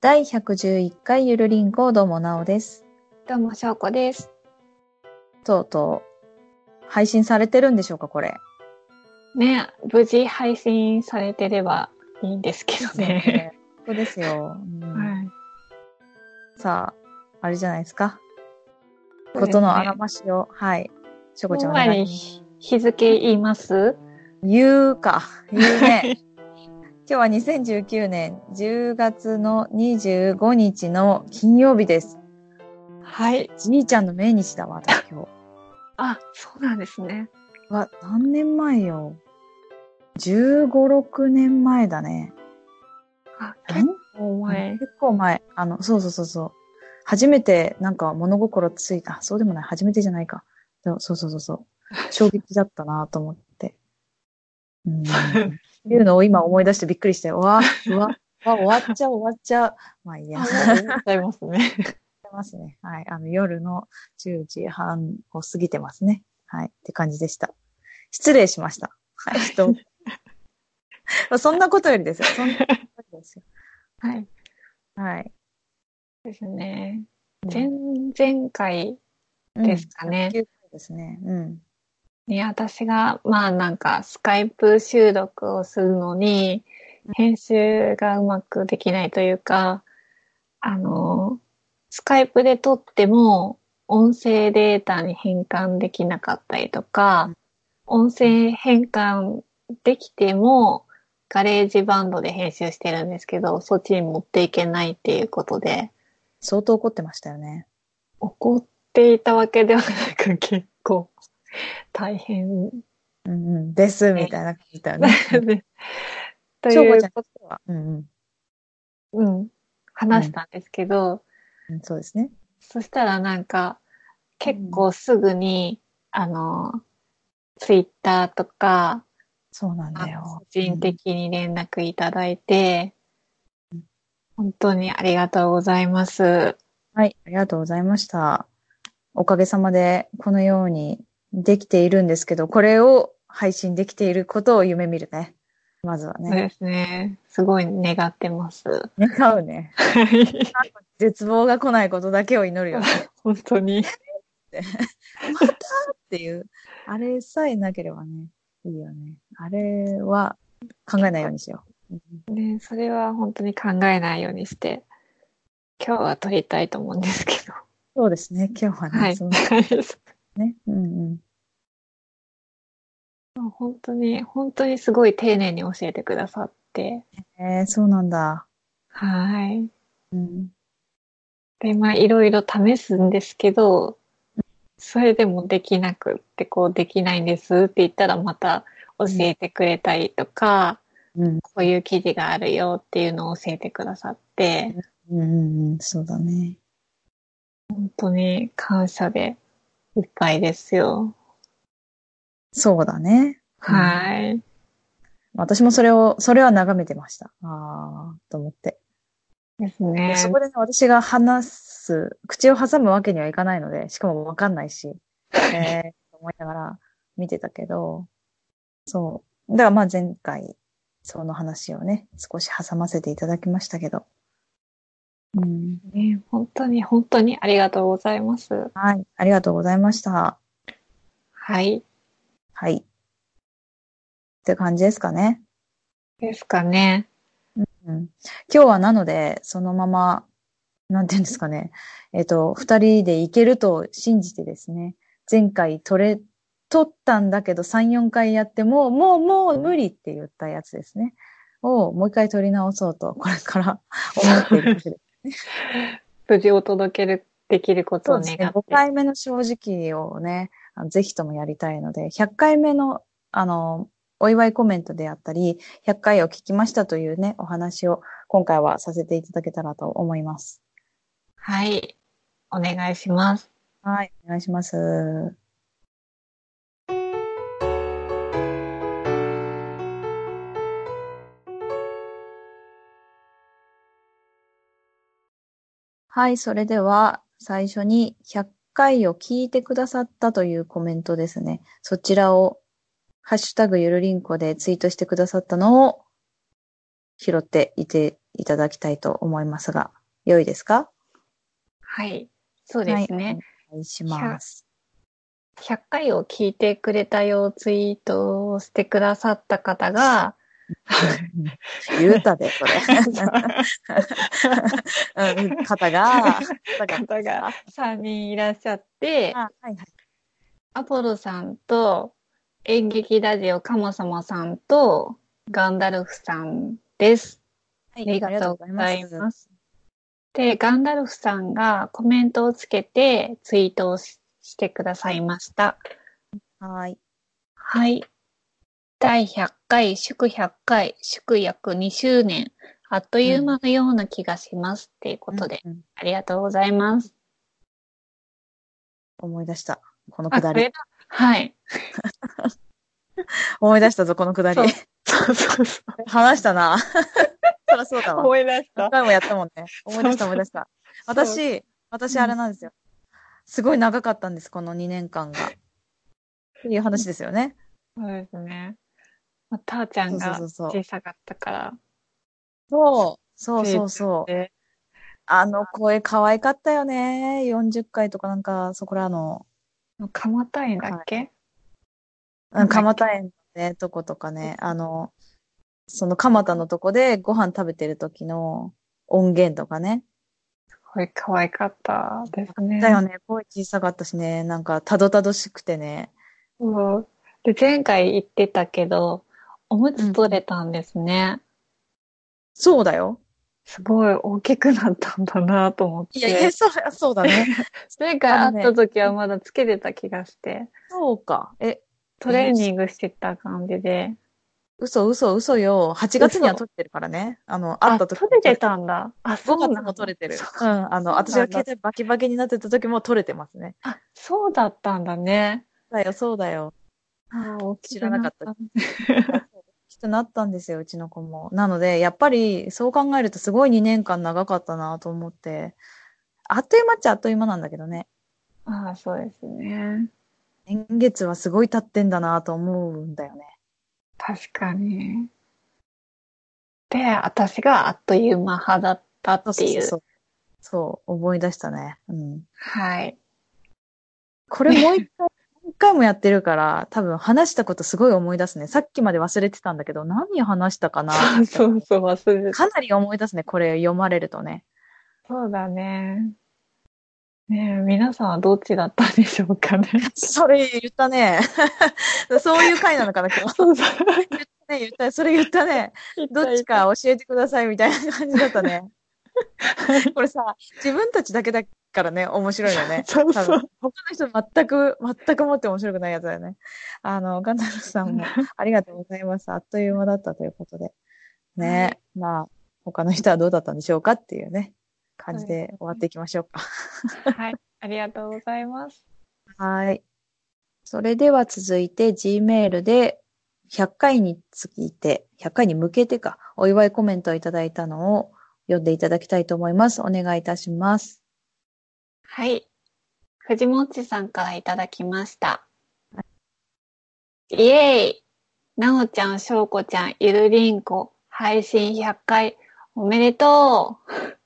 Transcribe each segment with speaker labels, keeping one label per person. Speaker 1: 第111回ゆるりんこ、どうもなおです。
Speaker 2: どうも、しょうこです。
Speaker 1: とうとう、配信されてるんでしょうか、これ。
Speaker 2: ね、無事配信されてればいいんですけど ね。。
Speaker 1: 本当ですよ。うん
Speaker 2: はい。
Speaker 1: さあ、あれじゃないですか。
Speaker 2: そうですね
Speaker 1: ことのあらましを、はい。しょこちゃんお願
Speaker 2: 前
Speaker 1: い
Speaker 2: に日日付言います
Speaker 1: 言うか。言う ね。今日は2019年10月の25日の金曜日です。
Speaker 2: はい。
Speaker 1: じいちゃんの命日だわ、私今日。
Speaker 2: あ、そうなんですね。
Speaker 1: うわ、何年前よ。15、6年前だね。
Speaker 2: あ、
Speaker 1: 何
Speaker 2: 結構前。
Speaker 1: 結構前。あの、そうそうそうそう。初めて、なんか物心ついた。そうでもない。初めてじゃないか。でもそうそうそうそう。衝撃だったなと思って。 うん。っていうのを今思い出してびっくりして、うわ、うわ、うわ、終わっちゃう、終わっちゃう。まあいいや。
Speaker 2: あ
Speaker 1: やっ
Speaker 2: もうございますね。
Speaker 1: てますね。はい。あの、夜の10時半を過ぎてますね。はい。って感じでした。失礼しました。はい。人を まあそんなことよりですよ。そんなことですよ。
Speaker 2: はい。
Speaker 1: はい。
Speaker 2: ですね。前
Speaker 1: 全、
Speaker 2: 前回ですかね
Speaker 1: 9回ですね。うん。
Speaker 2: ね、私が、まあなんか、スカイプ収録をするのに、編集がうまくできないというか、あの、スカイプで撮っても、音声データに変換できなかったりとか、音声変換できても、ガレージバンドで編集してるんですけど、そっちに持っていけないっていうことで、
Speaker 1: 相当怒ってましたよね。
Speaker 2: 怒っていたわけではなく、結構、大変
Speaker 1: うんうん。です、みたいな感じだ よね。
Speaker 2: ねと
Speaker 1: 翔子
Speaker 2: い
Speaker 1: ちゃんに
Speaker 2: う
Speaker 1: とっては。うんうん
Speaker 2: うん、話したんですけど、
Speaker 1: うん。そうですね。
Speaker 2: そしたらなんか、結構すぐに、あの、ツイッターとか、
Speaker 1: そうなん
Speaker 2: あ
Speaker 1: だ
Speaker 2: の
Speaker 1: よ
Speaker 2: 個。人的に連絡いただいて、本当にありがとうございます。
Speaker 1: うんはい。ありがとうございました。おかげさまで、このようにできているんですけど、これを配信できていることを夢見るね。まずは
Speaker 2: そう
Speaker 1: ね。
Speaker 2: ですね。すごい願っ てます。
Speaker 1: 願うね。絶望が来ないことだけを祈るよね。
Speaker 2: 本当に。
Speaker 1: またっていう、あれさえなければね、いいよね。あれは考えないようにしよう。うん
Speaker 2: ね、それは本当に考えないようにして、今日は撮りたいと思うんですけど。
Speaker 1: そうですね、今日はね、
Speaker 2: はい。
Speaker 1: そのね、うんうん。
Speaker 2: もう本当に、本当にすごい丁寧に教えてくださって。
Speaker 1: えー、そうなんだ。
Speaker 2: はい。
Speaker 1: うん。
Speaker 2: で、まあ、いろいろ試すんですけど、それでもできなくって、こう、できないんですって言ったら、また教えてくれたりとか、
Speaker 1: うん、
Speaker 2: こういう記事があるよっていうのを教えてくださって、
Speaker 1: うん、うんうん、そうだね。
Speaker 2: 本当に感謝でいっぱいですよ。
Speaker 1: そうだね。うん
Speaker 2: はい。
Speaker 1: 私もそれを、それは眺めてました。ああ、と思って。
Speaker 2: ですね。
Speaker 1: そこでね、私が話す、口を挟むわけにはいかないので、しかもわかんない し、えー、と思いながら見てたけど、そう。だからまあ前回、その話をね、少し挟ませていただきましたけど。うん。
Speaker 2: ね、本当に、本当にありがとうございます。
Speaker 1: はい。ありがとうございました。
Speaker 2: はい。
Speaker 1: はい。って感じですかね。
Speaker 2: ですかね。
Speaker 1: うん今日はなので、そのまま、なんていうんですかね、えっ、と、二人で行けると信じてですね、前回取れ、取ったんだけど3、4回やっても、もう、もう無理って言ったやつですね。を、もう一回取り直そうと、これから思っているんです。
Speaker 2: 無事お届けるできること
Speaker 1: そ
Speaker 2: を
Speaker 1: うで
Speaker 2: 願っ
Speaker 1: す
Speaker 2: て。
Speaker 1: ね、5回目の正直をね、あのぜひともやりたいので、100回目の、あの、お祝いコメントであったり、100回を聞きましたというね、お話を今回はさせていただけたらと思います。
Speaker 2: はい。お願いします。
Speaker 1: はい、お願いします。はい、それでは最初に100回を聞いてくださったというコメントですね。そちらをハッシュタグゆるりんこでツイートしてくださったのを拾っていて、いただきたいと思いますが、良いですか
Speaker 2: はい。そうですね。
Speaker 1: お願いします。
Speaker 2: 100回を聞いてくれたよツイートをしてくださった方が、
Speaker 1: 言うたで、 これ。うん、方が、方が。
Speaker 2: 方が3人いらっしゃって、
Speaker 1: あはいはい。
Speaker 2: アポロさんと、演劇ラジオかもさまさんと、ガンダルフさんです。
Speaker 1: は
Speaker 2: あ
Speaker 1: い
Speaker 2: りがとうござい
Speaker 1: ありがとうござい
Speaker 2: ま。
Speaker 1: ます
Speaker 2: で、ガンダルフさんがコメントをつけてツイートをししてくださいました。
Speaker 1: はい。
Speaker 2: はい。第100回、祝100回、祝約2周年、あっという間のような気がします。っていうことで、
Speaker 1: うんうん
Speaker 2: ありがとうございます。
Speaker 1: 思い出した。この
Speaker 2: あ
Speaker 1: くだ
Speaker 2: こ
Speaker 1: り
Speaker 2: れ。だはい。
Speaker 1: 思い出したぞ、このくだり
Speaker 2: そう。そうそうそ
Speaker 1: 話した な。そりゃそうだ
Speaker 2: う。
Speaker 1: わ。
Speaker 2: 思い出し
Speaker 1: 何
Speaker 2: た。
Speaker 1: 回もやったもんね。思い出した
Speaker 2: そうそう
Speaker 1: 思い出した。
Speaker 2: そ
Speaker 1: 私、私あれなんですよ。すごい長かったんです、この2年間が。っていう話ですよね。
Speaker 2: そうですね。まあ、たーちゃんが
Speaker 1: そうそうそうそう
Speaker 2: 小さかったから。
Speaker 1: そう。そうそうそう。
Speaker 2: で
Speaker 1: あの声可愛かったよね。40回とかなんか、そこらの、
Speaker 2: 蒲田園だっけ、
Speaker 1: うん蒲田園のね、とことかね、あの、その蒲田のとこでご飯食べてる時の音源とかね。
Speaker 2: これ可愛かったですね。
Speaker 1: だよね。声小さかったしね、なんかたどたどしくてね。
Speaker 2: そうで、前回言ってたけど、おむつ取れたんですね。
Speaker 1: そうだよ。
Speaker 2: すごい大きくなったんだなと思って。
Speaker 1: いや、いや、そう、そうだね。
Speaker 2: 前回会った時はまだつけてた気がして、
Speaker 1: そうか。え、
Speaker 2: トレーニングしてた感じで。
Speaker 1: 嘘嘘嘘よ。8月には撮ってるからね。あの、会った時
Speaker 2: 取れてたんだ。あ、そ
Speaker 1: 5
Speaker 2: うなんだ
Speaker 1: 月も撮れてる。
Speaker 2: そう
Speaker 1: うん。あの、
Speaker 2: そうなん
Speaker 1: 私
Speaker 2: だ
Speaker 1: が携帯バキバキになってた時も撮れてますね。
Speaker 2: あ、そうだったんだね。
Speaker 1: だよ、そうだよ。
Speaker 2: あ、大
Speaker 1: きくなった
Speaker 2: た。
Speaker 1: きっとなったんですよ、うちの子も。なので、やっぱり、そう考えるとすごい2年間長かったなと思って。あっという間っちゃあっという間なんだけどね。
Speaker 2: あ、そうですね。
Speaker 1: 年月はすごい経ってんだなと思うんだよね。
Speaker 2: 確かに。で、私があっという間派だったっていう。
Speaker 1: そう。そう、思い出したね。うん。
Speaker 2: はい。
Speaker 1: これもう一回、何回もやってるから、多分話したことすごい思い出すね。さっきまで忘れてたんだけど、何話したかな
Speaker 2: そうそうそう、忘れてた。
Speaker 1: かなり思い出すね。これ読まれるとね。
Speaker 2: そうだね。ねえ皆さんはどっちだったんでしょうかね。
Speaker 1: それ言ったね。 そういう回なのかな、今日。
Speaker 2: そうそう。
Speaker 1: ね、言った、それ言ったね。 どっちか教えてくださいみたいな感じだったね。これさ、自分たちだけだからね、面白いよね。
Speaker 2: そう
Speaker 1: 多
Speaker 2: そう
Speaker 1: 分。他の人全く、全くもって面白くないやつだよね。あの、ガンダルフさんもありがとうございます。あっという間だったということで。
Speaker 2: は
Speaker 1: ね、まあ、他の人はどうだったんでしょうかっていうね、感じで終わっていきましょうか。
Speaker 2: はい。ありがとうございます。
Speaker 1: はい。それでは続いて Gmail で100回について、100回に向けてか、お祝いコメントをいただいたのを読んでいただきたいと思います。お願いいたします。
Speaker 2: はい。藤もっちさんからいただきました。イエーイなおちゃん、しょうこちゃん、ゆるりんこ、配信100回、おめでとう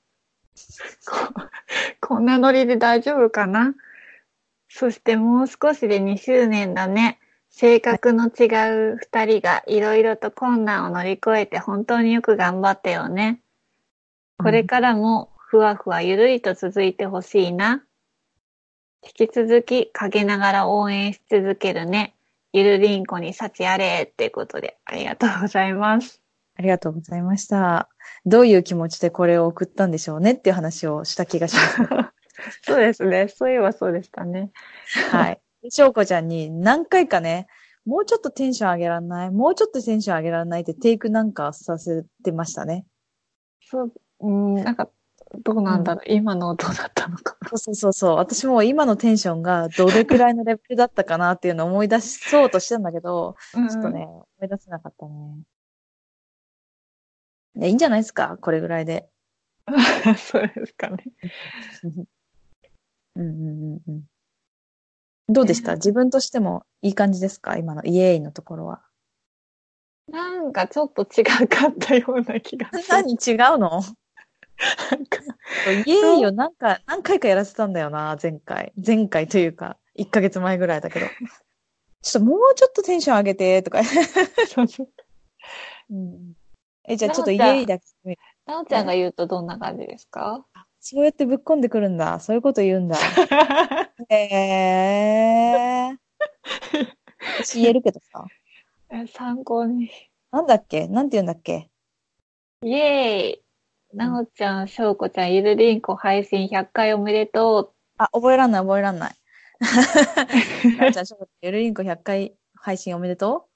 Speaker 2: こ こんなノリで大丈夫かなそしてもう少しで2周年だね。性格の違う2人がいろいろと困難を乗り越えて本当によく頑張ったよね。これからもふわふわゆるいと続いてほしいな。引き続き陰ながら応援し続けるね。ゆるりんこに幸あれっていうことでありがとうございます。
Speaker 1: ありがとうございました。どういう気持ちでこれを送ったんでしょうねっていう話をした気がし ます。
Speaker 2: そうですね。そういえばそうでしたね。
Speaker 1: はい。しょうこちゃんに何回かね、もうちょっとテンション上げらんない、もうちょっとテンション上げらんないってテイクなんかさせてましたね。
Speaker 2: そう、うん、なんか、どうなんだろう。今のどうだったのか。
Speaker 1: そうそうそうそう。私も今のテンションがどれくらいのレベルだったかなっていうのを思い出しそうとしてんだけど、
Speaker 2: うん
Speaker 1: ちょっとね、。思い出せなかったね。いやいいんじゃないですかこれぐらいで。
Speaker 2: そうですかね。
Speaker 1: うんうんうんうん。どうでした自分としてもいい感じですか今のイエーイのところは。
Speaker 2: なんかちょっと違かったような気がする。
Speaker 1: 何違うの
Speaker 2: なんか
Speaker 1: いえいよ、なんか、何回かやらせたんだよな、前回。前回というか、1ヶ月前ぐらいだ けど。ちょっともうちょっとテンション上げて、とか。
Speaker 2: そうそう
Speaker 1: うんえ、じゃあ
Speaker 2: なお
Speaker 1: ちょっとイ
Speaker 2: ちゃん
Speaker 1: エイだけ。
Speaker 2: なおちゃんが言うとどんな感じですか
Speaker 1: そうやってぶっこんでくるんだ。そういうこと言うんだ。 へえ。私言えるけどさ。
Speaker 2: 参考に。
Speaker 1: なんだっけなんて言うんだっけ
Speaker 2: イエーイなおちゃん、しょうこちゃん、ゆるりんこ配信100回おめでと
Speaker 1: あ、覚えらんない、覚えらん ない。なおちゃん、しょうこちゃんゆるりんこ100回配信おめでと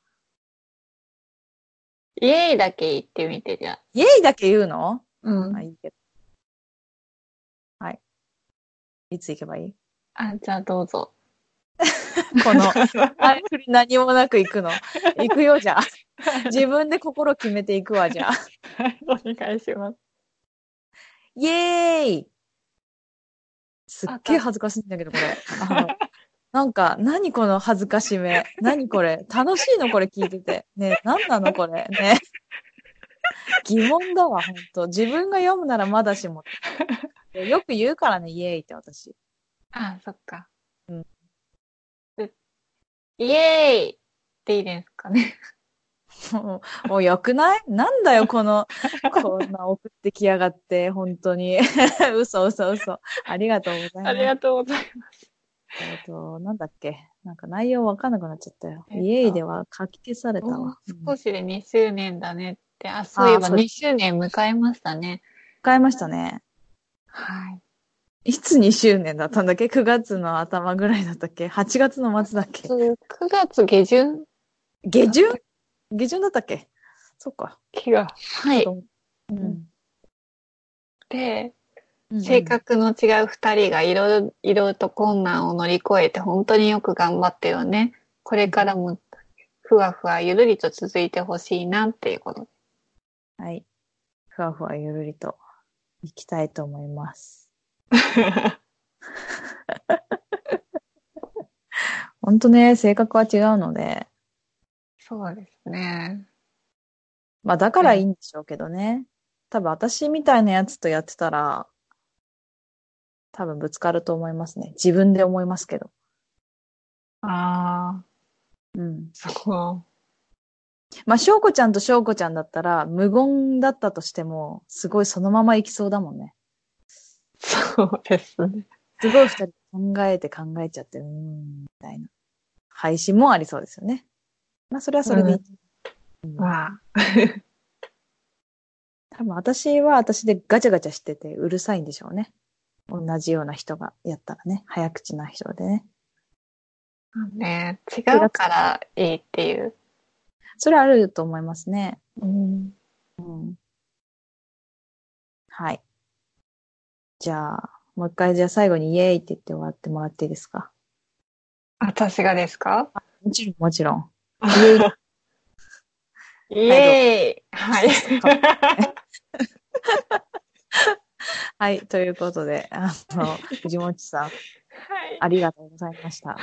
Speaker 2: うイエーイだけ言ってみてじゃあ。
Speaker 1: うイエイだけ言うの
Speaker 2: う
Speaker 1: まあいいけど。はい。いつ行けばいい
Speaker 2: あ、じゃあどうぞ。
Speaker 1: この、あふり何もなく行くの。行くよ、じゃあ。自分で心決めていくわ、じゃあ。
Speaker 2: お願いします。
Speaker 1: イエーイすっげえ恥ずかしいんだけど、これ。あの、なんか、何この恥ずかしめ。何これ。楽しいのこれ聞いてて。ね何なのこれ。ね疑問だわ、ほんと。自分が読むならまだしも。よく言うからね、イエーイって私。
Speaker 2: あ、そっか。
Speaker 1: うん
Speaker 2: で。イエーイっていいですかね。
Speaker 1: もう、もう良くないなんだよ、この、こんな送ってきやがって、本当に。嘘、嘘、嘘。ありがとうございます。
Speaker 2: ありがとうございます。
Speaker 1: えっと、なんだっけ。なんか内容わかんなくなっちゃったよ。
Speaker 2: えっと
Speaker 1: イエイでは書き消された
Speaker 2: も
Speaker 1: わ。うん
Speaker 2: 少しで2周年だねって、あ、そういえば
Speaker 1: そう
Speaker 2: 2周年迎えましたね。
Speaker 1: 変えましたね。
Speaker 2: はい。
Speaker 1: いつ2周年だったんだっけ ?9 月の頭ぐらいだったっけ ?8 月の末だっけ
Speaker 2: 9月下旬
Speaker 1: 下旬下旬だったっけそっか。
Speaker 2: 気が。はい。
Speaker 1: うん。
Speaker 2: で、
Speaker 1: うん
Speaker 2: 性。格の違う二人がいろいろ、いろいろと困難を乗り越えて本当によく頑張ってるよね。これからもふわふわゆるりと続いてほしいなっていうこと。
Speaker 1: はい。ふわふわゆるりと行きたいと思い ます。ほんとね、性格は違うので。
Speaker 2: そうですね。
Speaker 1: まあだからいいんでしょうけどね。多分私みたいなやつとやってたら、多分ぶつかると思いますね。自分で思いますけど。
Speaker 2: ああ、
Speaker 1: うん。
Speaker 2: そう。
Speaker 1: まあ、翔子ちゃんと翔子ちゃんだったら、無言だったとしても、すごいそのままいきそうだもんね。
Speaker 2: そうですね。
Speaker 1: すごい二人考えて考えちゃって、うーん、みたいな。配信もありそうですよね。まあ、それはそれでいい。うん
Speaker 2: まあ、
Speaker 1: 多分私は私でガチャガチャしててうるさいんでしょうね。同じような人がやったらね、早口な人でね。
Speaker 2: ね、違うからいいっていう。
Speaker 1: それあると思いますね。
Speaker 2: うん、
Speaker 1: うん。はい。じゃあ、もう一回じゃあ最後にイエーイって言って終わってもらっていいですか。
Speaker 2: 私がです か
Speaker 1: もちろん、もちろん。
Speaker 2: イエーイ はい。
Speaker 1: はい、ということで、あ の、藤本さん、
Speaker 2: はい。
Speaker 1: ありがとうございました。
Speaker 2: あ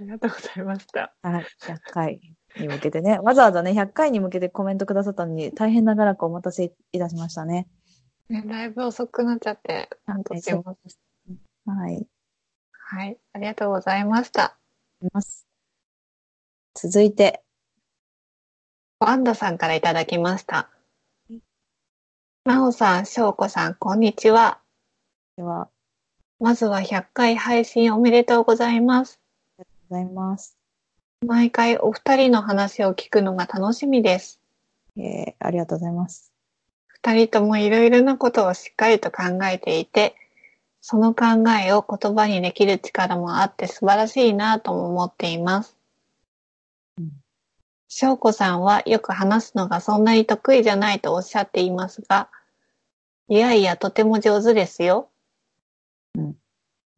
Speaker 2: りがとうございました。
Speaker 1: はい、100回に向けてね、わざわざね、100回に向けてコメントくださったのに、大変長らくお待たせいたしましたね。
Speaker 2: ね、だいぶ遅くなっちゃって、
Speaker 1: はい
Speaker 2: 本当すいません。
Speaker 1: はい、あり
Speaker 2: はい。ありがとうございました。
Speaker 1: ます。続いて、
Speaker 2: ワンダさんからいただきました。なおさん、しょうこさん、こんにちは。
Speaker 1: では、あ
Speaker 2: まずは100回配信おめでとうございます。
Speaker 1: りがとうございます。
Speaker 2: 毎回お二人の話を聞くのが楽しみです。
Speaker 1: えー、ありがとうございます。
Speaker 2: 二人ともいろいろなことをしっかりと考えていて、その考えを言葉にできる力もあって素晴らしいなとも思っています
Speaker 1: うん。
Speaker 2: 翔子さんはよく話すのがそんなに得意じゃないとおっしゃっていますが、いやいやとても上手ですよ
Speaker 1: うん。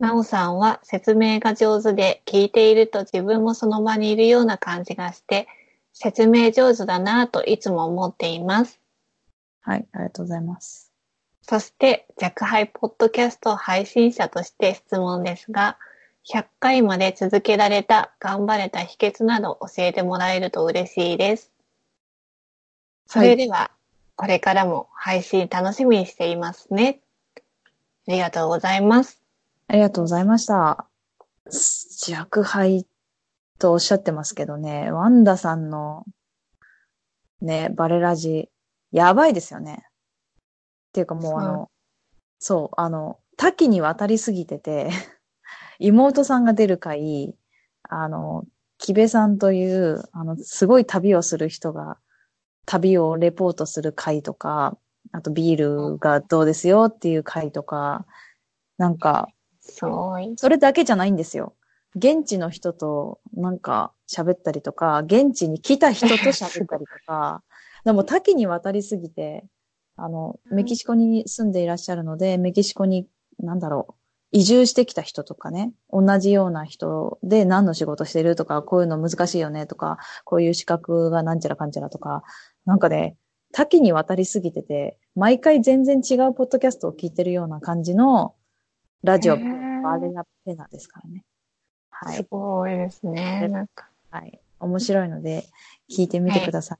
Speaker 2: なおさんは説明が上手で聞いていると自分もその場にいるような感じがして、説明上手だなといつも思っています。
Speaker 1: はい、ありがとうございます。
Speaker 2: そして、弱敗ポッドキャスト配信者として質問ですが、100回まで続けられた、頑張れた秘訣など教えてもらえると嬉しいです。それでは、これからも配信楽しみにしていますね。ありがとうございます。
Speaker 1: ありがとうございました。弱敗とおっしゃってますけどね、ワンダさんの、ね、バレラジ、やばいですよね。っていうかもうあの、そう、あの、多岐に渡りすぎてて、妹さんが出る回、あの、木部さんという、あの、すごい旅をする人が、旅をレポートする回とか、あとビールがどうですよっていう回とか、なんか、
Speaker 2: すごい。
Speaker 1: それだけじゃないんですよ。現地の人となんか喋ったりとか、現地に来た人と喋ったりとか、でも多岐に渡りすぎて、あの、メキシコに住んでいらっしゃるので、メキシコに、なんだろう、移住してきた人とかね、同じような人で何の仕事してるとか、こういうの難しいよねとか、こういう資格がなんちゃらかんちゃらとか、なんかね、多岐に渡りすぎてて、毎回全然違うポッドキャストを聞いてるような感じのラジオ
Speaker 2: へー
Speaker 1: バレラペナですからね。は
Speaker 2: す
Speaker 1: い。
Speaker 2: ごいですね。なんか、
Speaker 1: はい。面白いので、聞いてみてくださ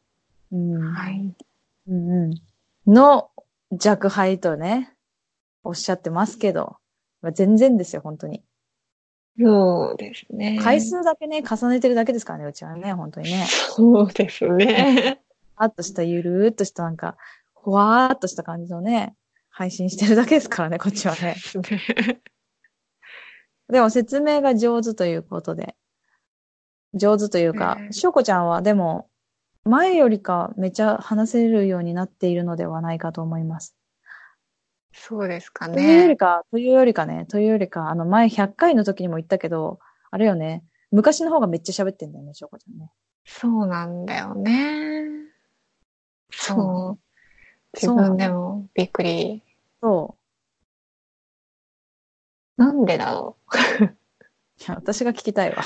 Speaker 1: い。うん。
Speaker 2: はい。
Speaker 1: うんうん。の弱敗とね、おっしゃってますけど、まあ全然ですよ、本当に。
Speaker 2: そうですね。
Speaker 1: 回数だけね、重ねてるだけですからね、うちはね、本当にね。
Speaker 2: そうです ね。
Speaker 1: あっとした、ゆるーっとした、なんか、ほわーっとした感じのね、配信してるだけですからね、こっちはね。でも説明が上手ということで。上手というか
Speaker 2: う、ん
Speaker 1: しょうこちゃんはでも、前よりかめちゃ話せるようになっているのではないかと思います。
Speaker 2: そうですか
Speaker 1: というより
Speaker 2: ね。
Speaker 1: か、というよりかね、というよりか、あの前100回の時にも言ったけど、あれよね、昔の方がめっちゃ喋ってんだよね、しょうこちゃんね。
Speaker 2: そうなんだよね。そう。自
Speaker 1: そうなの
Speaker 2: 分でもびっくり。
Speaker 1: そ
Speaker 2: なんでだろ
Speaker 1: う。いや、私が聞きたいわ。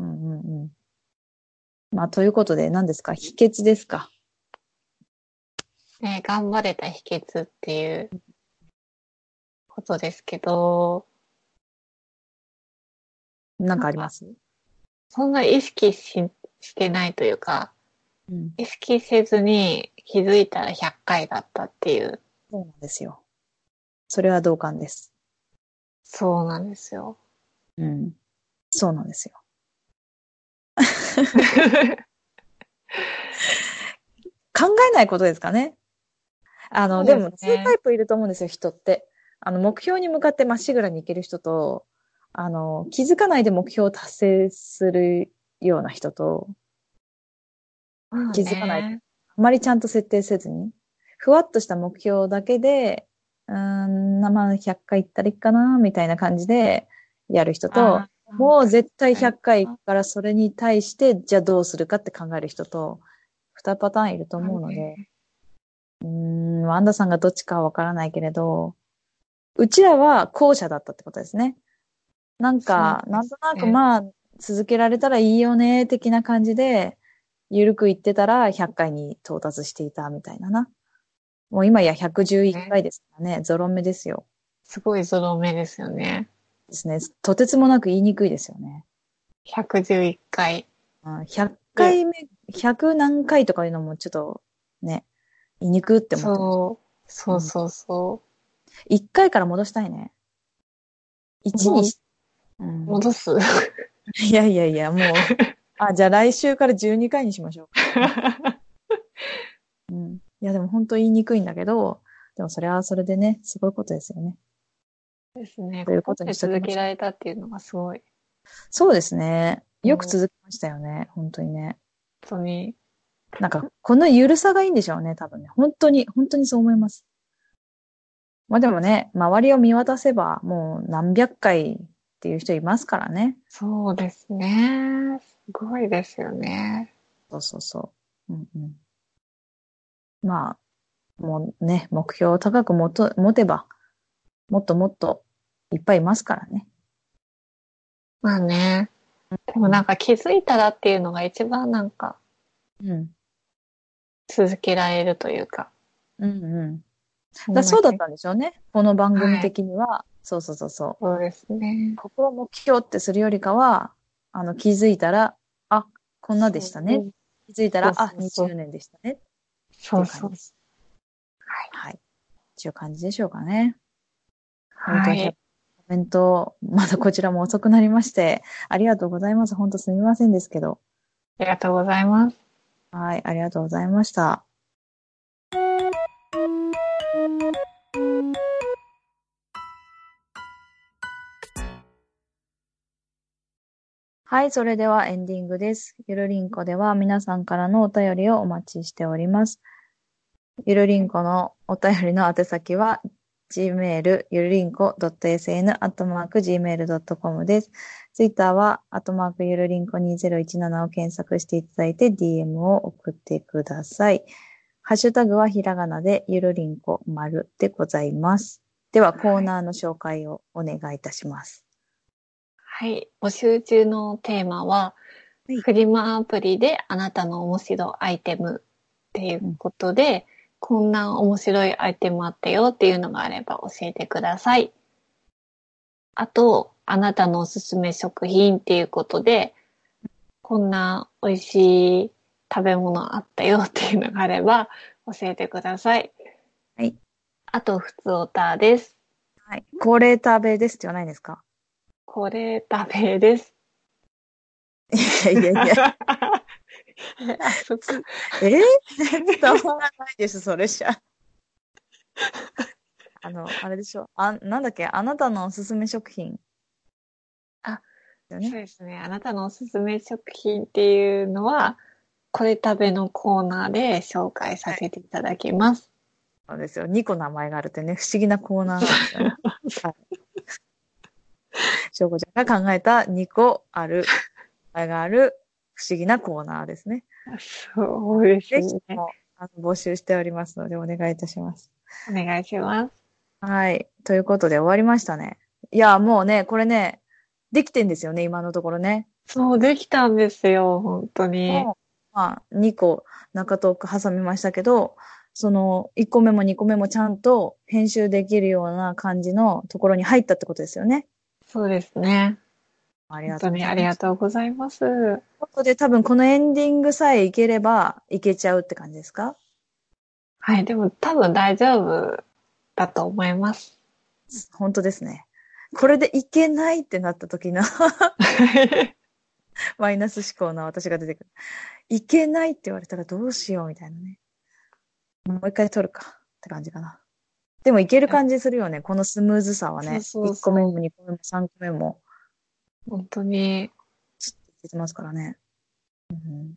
Speaker 1: うんうんうん。まあ、ということで、何ですか秘訣ですか
Speaker 2: ね、頑張れた秘訣っていうことですけど、
Speaker 1: なんかあります
Speaker 2: そんな意識ししてないというか、
Speaker 1: うん。
Speaker 2: 意識せずに気づいたら100回だったっていう、
Speaker 1: そうなんですよ。それは同感です。
Speaker 2: そうなんですよ。
Speaker 1: うん。そうなんですよ。考えないことですかね。あの、
Speaker 2: そ
Speaker 1: で
Speaker 2: う
Speaker 1: も、
Speaker 2: で
Speaker 1: 2
Speaker 2: すね
Speaker 1: タイプいると思うんですよ、人って。あの、目標に向かってまっしぐらに行ける人と、あの、気づかないで目標を達成するような人と、気づかない
Speaker 2: まあね。
Speaker 1: あまりちゃんと設定せずに、ふわっとした目標だけで、うーん、まあ、100回行ったらいいかな、みたいな感じでやる人と、
Speaker 2: あー
Speaker 1: もう絶対100回からそれに対して、じゃあどうするかって考える人と、2パターンいると思うので、うーん、ワンダさんがどっちかはわからないけれど、うちらは後者だったってことですね。なんか、
Speaker 2: そう
Speaker 1: な
Speaker 2: で
Speaker 1: ん
Speaker 2: す
Speaker 1: とな
Speaker 2: ね
Speaker 1: くまあ、続けられたらいいよね、的な感じで、ゆるく言ってたら100回に到達していたみたいなな。もう今や111回ですからね、ゾロ目ですよ。
Speaker 2: すごいゾロ目ですよね。
Speaker 1: ですね。とてつもなく言いにくいですよね。
Speaker 2: 111回。
Speaker 1: うん100回目、100何回とかいうのもちょっとね、言いにくって思ってます
Speaker 2: そう。そうそうそ
Speaker 1: 一回から戻したいね。一にし、うん
Speaker 2: う。戻す
Speaker 1: いやいやいや、もう。あ、じゃあ来週から12回にしましょう。うん、いや、でも本当言いにくいんだけど、でもそれはそれでね、すごいことですよね。
Speaker 2: です ね。
Speaker 1: ということにしときましょう
Speaker 2: 続けられたっていうのがすごい。
Speaker 1: そうですね。よく
Speaker 2: うん
Speaker 1: 続きましたよね。本当にね。
Speaker 2: 本当に。
Speaker 1: なんか、このゆるさがいいんでしょうね、多分ね。本当に、本当にそう思います。まあでもね、周りを見渡せば、もう何百回っていう人いますからね。
Speaker 2: そうですね。すごいですよね。
Speaker 1: そうそうそう。うんうん。まあ、もうね、目標を高くもと持てば、もっともっといっぱいいますからね。
Speaker 2: まあね。でもなんか気づいたらっていうのが一番なんか
Speaker 1: うん。
Speaker 2: 続けられるというか。
Speaker 1: うんうん。だそうだったんでしょうね。この番組的には、そうそうそうそう。
Speaker 2: そうですね。
Speaker 1: ここを目標ってするよりかは、あの、気づいたら、あ、こんなでしたね。。気づいたら、
Speaker 2: そうそうそう
Speaker 1: あ、20年でしたね。って
Speaker 2: そう
Speaker 1: い
Speaker 2: そう
Speaker 1: 感。じですはい。っていう感じでしょうかね。
Speaker 2: は
Speaker 1: 本当に
Speaker 2: い。
Speaker 1: コメント、まだこちらも遅くなりまして、ありがとうございます。本当すみませんですけど。
Speaker 2: ありがとうございます。
Speaker 1: はい、ありがとうございました。はい、それではエンディングです。ゆるりんこでは皆さんからのお便りをお待ちしております。ゆるりんこのお便りの宛先は、gmail ゆるりんこ .sn.gmail.com です。ツイッターは、アットマークゆるりんこ2017を検索していただいて DM を送ってください。ハッシュタグはひらがなでゆるりんこ丸でございます。では、コーナーの紹介をお願いいたします。
Speaker 2: はい。募集中のテーマは、
Speaker 1: はい
Speaker 2: フリマアプリであなたの面白いアイテムっていうことで、こんな面白いアイテムあったよっていうのがあれば教えてください。あと、あなたのおすすめ食品っていうことで、こんな美味しい食べ物あったよっていうのがあれば教えてください。
Speaker 1: はい。
Speaker 2: あと、ふつおたです。
Speaker 1: はい。これ食べですじゃないですか
Speaker 2: これ食べです。
Speaker 1: いやいやい や。
Speaker 2: あ、そっか。
Speaker 1: え伝わらないです、それじゃ。あの、あれでしょ。あ、なんだっけあなたのおすすめ食品。
Speaker 2: あ、
Speaker 1: だよ
Speaker 2: そ
Speaker 1: ね。
Speaker 2: うですね。あなたのおすすめ食品っていうのは、これ食べのコーナーで紹介させていただきます。
Speaker 1: そうですよ。2個名前があるってね、不思議なコーナーなんですよね。はい。しょうこちゃんが考えた2個ある、名前がある不思議なコーナーですね。
Speaker 2: そうです
Speaker 1: ぜ
Speaker 2: ね
Speaker 1: ひ。ともあの募集しておりますので、お願いいたします。
Speaker 2: お願いします。
Speaker 1: はい。ということで終わりましたね。いや、もうね、これね、できてんですよね、今のところね。
Speaker 2: そう、できたんですよ、本当に。
Speaker 1: もうまあ、2個中トーク挟みましたけど、その1個目も2個目もちゃんと編集できるような感じのところに入ったってことですよね。
Speaker 2: そうですね。
Speaker 1: ありが
Speaker 2: 本
Speaker 1: と
Speaker 2: 当
Speaker 1: うご
Speaker 2: に
Speaker 1: ざ
Speaker 2: あ
Speaker 1: い
Speaker 2: り
Speaker 1: ま
Speaker 2: が
Speaker 1: す。
Speaker 2: とうございます。
Speaker 1: ここで多分このエンディングさえいければいけちゃうって感じですか
Speaker 2: はい、でも多分大丈夫だと思います。
Speaker 1: 本当ですね。これでいけないってなった時 のマイナス思考の私が出てくる。いけないって言われたらどうしようみたいなね。もう一回撮るかって感じかな。でもいける感じするよね。このスムーズさはね。
Speaker 2: そうそう
Speaker 1: 1
Speaker 2: そ
Speaker 1: 個
Speaker 2: う
Speaker 1: 目も2個目も3個目も
Speaker 2: 本当に、
Speaker 1: 出てますからね。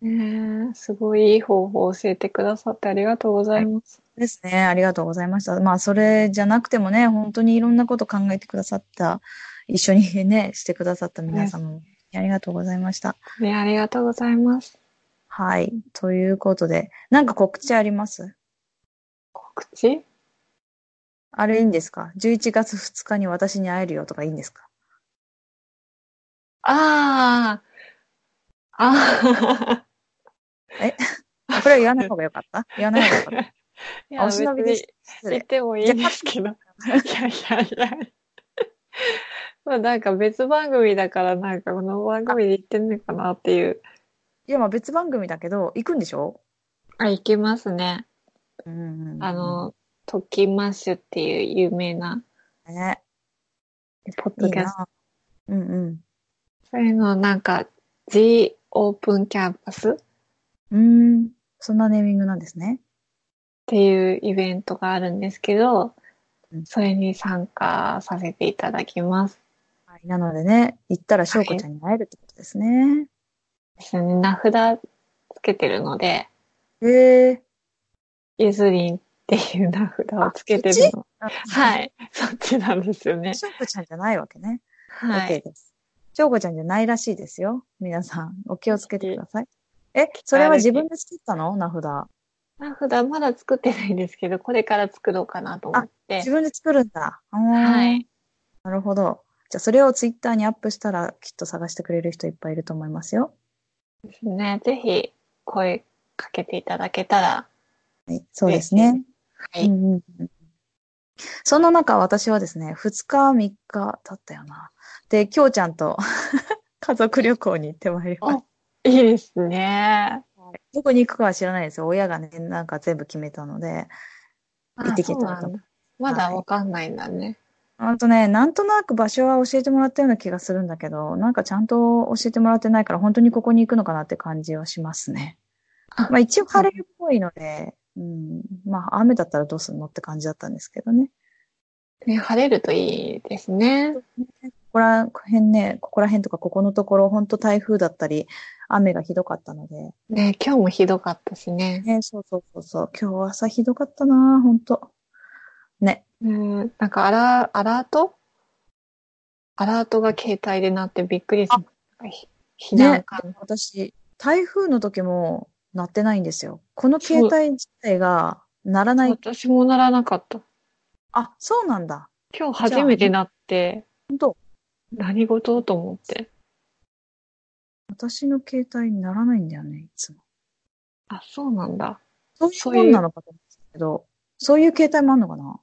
Speaker 1: うん、
Speaker 2: ね、すごいいい方法を教えてくださってありがとうございます。
Speaker 1: ですね。ありがとうございました。まあ、それじゃなくてもね、本当にいろんなこと考えてくださった、一緒にね、してくださった皆様も、ありがとうございました。
Speaker 2: ね、ありがとうございます。
Speaker 1: はい。ということで、なんか告知あります
Speaker 2: 告知
Speaker 1: あれいいんですか ?11 月2日に私に会えるよとかいいんですか
Speaker 2: ああ、あ
Speaker 1: これは言わない方がよか った言わない方がよかっ
Speaker 2: あ、 い
Speaker 1: た。あ
Speaker 2: や
Speaker 1: お忍び
Speaker 2: 別
Speaker 1: で
Speaker 2: に
Speaker 1: す。失
Speaker 2: 言っ
Speaker 1: 礼。
Speaker 2: てもいいんですけど。いやいやいや。まあなんか別番組だからなんかこの番組で言ってんのかなっていう。
Speaker 1: いや、まあ別番組だけど、行くんでしょ
Speaker 2: あ、行きますね。
Speaker 1: うんうんうん
Speaker 2: あ、の、トッキンマッシュっていう有名な
Speaker 1: ね、
Speaker 2: ポッ
Speaker 1: い
Speaker 2: ド
Speaker 1: い
Speaker 2: キャスト。
Speaker 1: な。うんうん。
Speaker 2: それのなんか G オープンキャンパスっ
Speaker 1: うーん、そんなネーミングなんですね。
Speaker 2: ていうイベントがあるんですけど
Speaker 1: うん、
Speaker 2: それに参加させていただきます。
Speaker 1: はい、なのでね、行ったら翔子ちゃんに会えるってことですね。
Speaker 2: ですね。名札つけてるので、
Speaker 1: へえ
Speaker 2: ゆずりんっていう名札をつけてるの。
Speaker 1: ー。い。
Speaker 2: はい。そっちなんですよね。
Speaker 1: 翔子ちゃんじゃないわけね。
Speaker 2: は
Speaker 1: OK
Speaker 2: い。
Speaker 1: です。翔子ちゃんじゃないらしいですよ。皆さん、お気をつけてください。え、それは自分で作ったの名札。
Speaker 2: 名札まだ作ってないんですけど、これから作ろうかなと思って
Speaker 1: 自。分で作るんだ。は
Speaker 2: はい。
Speaker 1: なるほど。じゃあ、それをツイッターにアップしたら、きっと探してくれる人いっぱいいると思いますよ。
Speaker 2: ですね。ぜひ、声かけていただけたら。
Speaker 1: はい、そうですね。
Speaker 2: は
Speaker 1: う
Speaker 2: い。
Speaker 1: んうんうんそんな中、私はですね、2日、3日経ったよな。で、きょうちゃんと家族旅行に行ってまいりまし
Speaker 2: いいですね。
Speaker 1: どこに行くかは知らないですよ。親がね、なんか全部決めたので。
Speaker 2: あ
Speaker 1: 行ってきた
Speaker 2: そうなんだまだわかんないんだね。
Speaker 1: あとね、なんとなく場所は教えてもらったような気がするんだけど、なんかちゃんと教えてもらってないから、本当にここに行くのかなって感じはしますね。
Speaker 2: あ
Speaker 1: まあ一応晴れっぽいので、うん、まあ雨だったらどうするのって感じだったんですけどね。
Speaker 2: ね晴れるといいですね。
Speaker 1: ここら辺ね、ここら辺とかここのところ、本当台風だったり、雨がひどかったので。
Speaker 2: ね今日もひどかったしね。
Speaker 1: ね、そうそうそうそう。今日朝ひどかったな本当ね。
Speaker 2: うん、なんかアラ、アラートアラートが携帯で鳴ってびっくりする。ひ避難感。
Speaker 1: 私、台風の時も鳴ってないんですよ。この携帯自体が鳴らない。
Speaker 2: 私も鳴らなかった。
Speaker 1: あ、そうなんだ。
Speaker 2: 今日初めて鳴って、
Speaker 1: 本当
Speaker 2: 何事と思って。
Speaker 1: 私の携帯にならないんだよね、いつも。
Speaker 2: あ、そうなんだ。
Speaker 1: そう
Speaker 2: そう
Speaker 1: い
Speaker 2: いう
Speaker 1: うもんなのかと思うんですけど、そういう携帯もあんのかな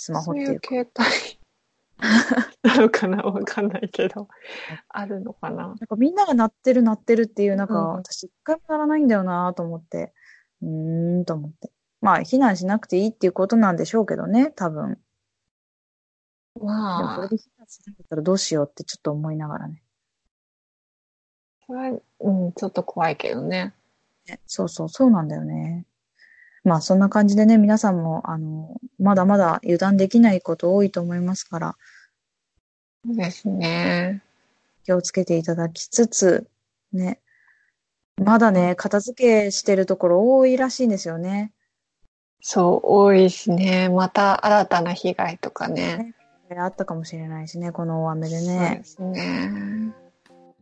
Speaker 1: スマホ
Speaker 2: そ
Speaker 1: っ
Speaker 2: う
Speaker 1: て
Speaker 2: い
Speaker 1: いううか。
Speaker 2: 携帯 なのかなわかんないけど。あるのかな
Speaker 1: なんかみんなが鳴ってる鳴ってるっていう中、
Speaker 2: うん
Speaker 1: 私一回も鳴らないんだよなと思って、うーんと思って。まあ、避難しなくていいっていうことなんでしょうけどね、多分。でもこれ
Speaker 2: まあ
Speaker 1: で、避難するんだったらどうしようってちょっと思いながらね。
Speaker 2: それは、うん、ちょっと怖いけどね。
Speaker 1: ねそうそう、そうなんだよね。まあ、そんな感じでね、皆さんも、あの、まだまだ油断できないこと多いと思いますから、
Speaker 2: そうですね。
Speaker 1: 気をつけていただきつつ、ね。まだね、片付けしてるところ多いらしいんですよね。
Speaker 2: そう、多いしね。また新たな被害とかね。
Speaker 1: あったかもしれないしね、この大雨で
Speaker 2: そう
Speaker 1: ね
Speaker 2: で。すね。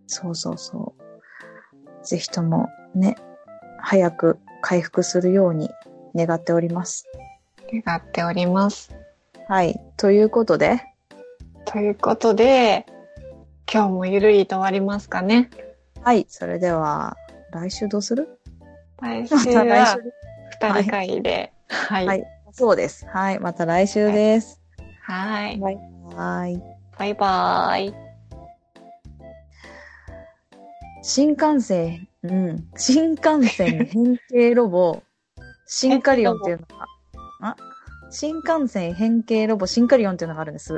Speaker 1: そうそうそう。ぜひともね、早く回復するように願っております。
Speaker 2: 願っております。
Speaker 1: はい。ということで、
Speaker 2: ということで、今日もゆるりと終わりますかね。
Speaker 1: はい。それでは、来週どうする
Speaker 2: 来週
Speaker 1: また来
Speaker 2: は
Speaker 1: 週。
Speaker 2: 二人会で。はい。
Speaker 1: は
Speaker 2: はい
Speaker 1: い。そうです。はい。また来週です。
Speaker 2: はい。
Speaker 1: はい。はい。
Speaker 2: バイバーイ。
Speaker 1: 新幹線、うん。新幹線変形ロボ、シンカリオンっていうのが、あ新幹線変形ロボ、シンカリオンっていうのがあるんです。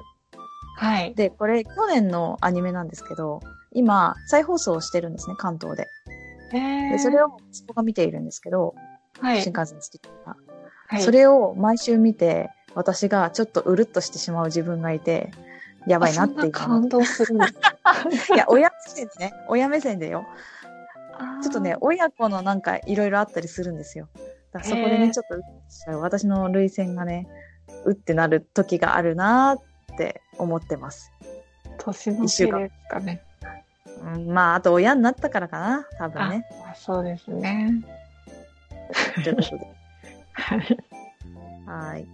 Speaker 2: はい。
Speaker 1: で、これ、去年のアニメなんですけど、今、再放送をしてるんですね、関東で。
Speaker 2: えー
Speaker 1: でそれを、そこが見ているんですけど、
Speaker 2: はい
Speaker 1: 新。幹線好きだから、
Speaker 2: はい
Speaker 1: それを毎週見て、私がちょっとうるっとしてしまう自分がいて、やばいなっていう
Speaker 2: あそん
Speaker 1: の。
Speaker 2: 感動するの ち
Speaker 1: いや、親目線でね、親目線でよ。ち
Speaker 2: ょ
Speaker 1: ょっとね、、親子のなんかいろいろあったりするんですよ。だからそこで
Speaker 2: へー
Speaker 1: ね、ちょっとうっとしちゃう、私の涙腺がね、うってなる時があるなーって思ってます。
Speaker 2: 年の瀬ですかね。
Speaker 1: うん、まあ、あと親になったからかな、多分ね。
Speaker 2: あそうですね。
Speaker 1: ということで。
Speaker 2: はい。
Speaker 1: はい。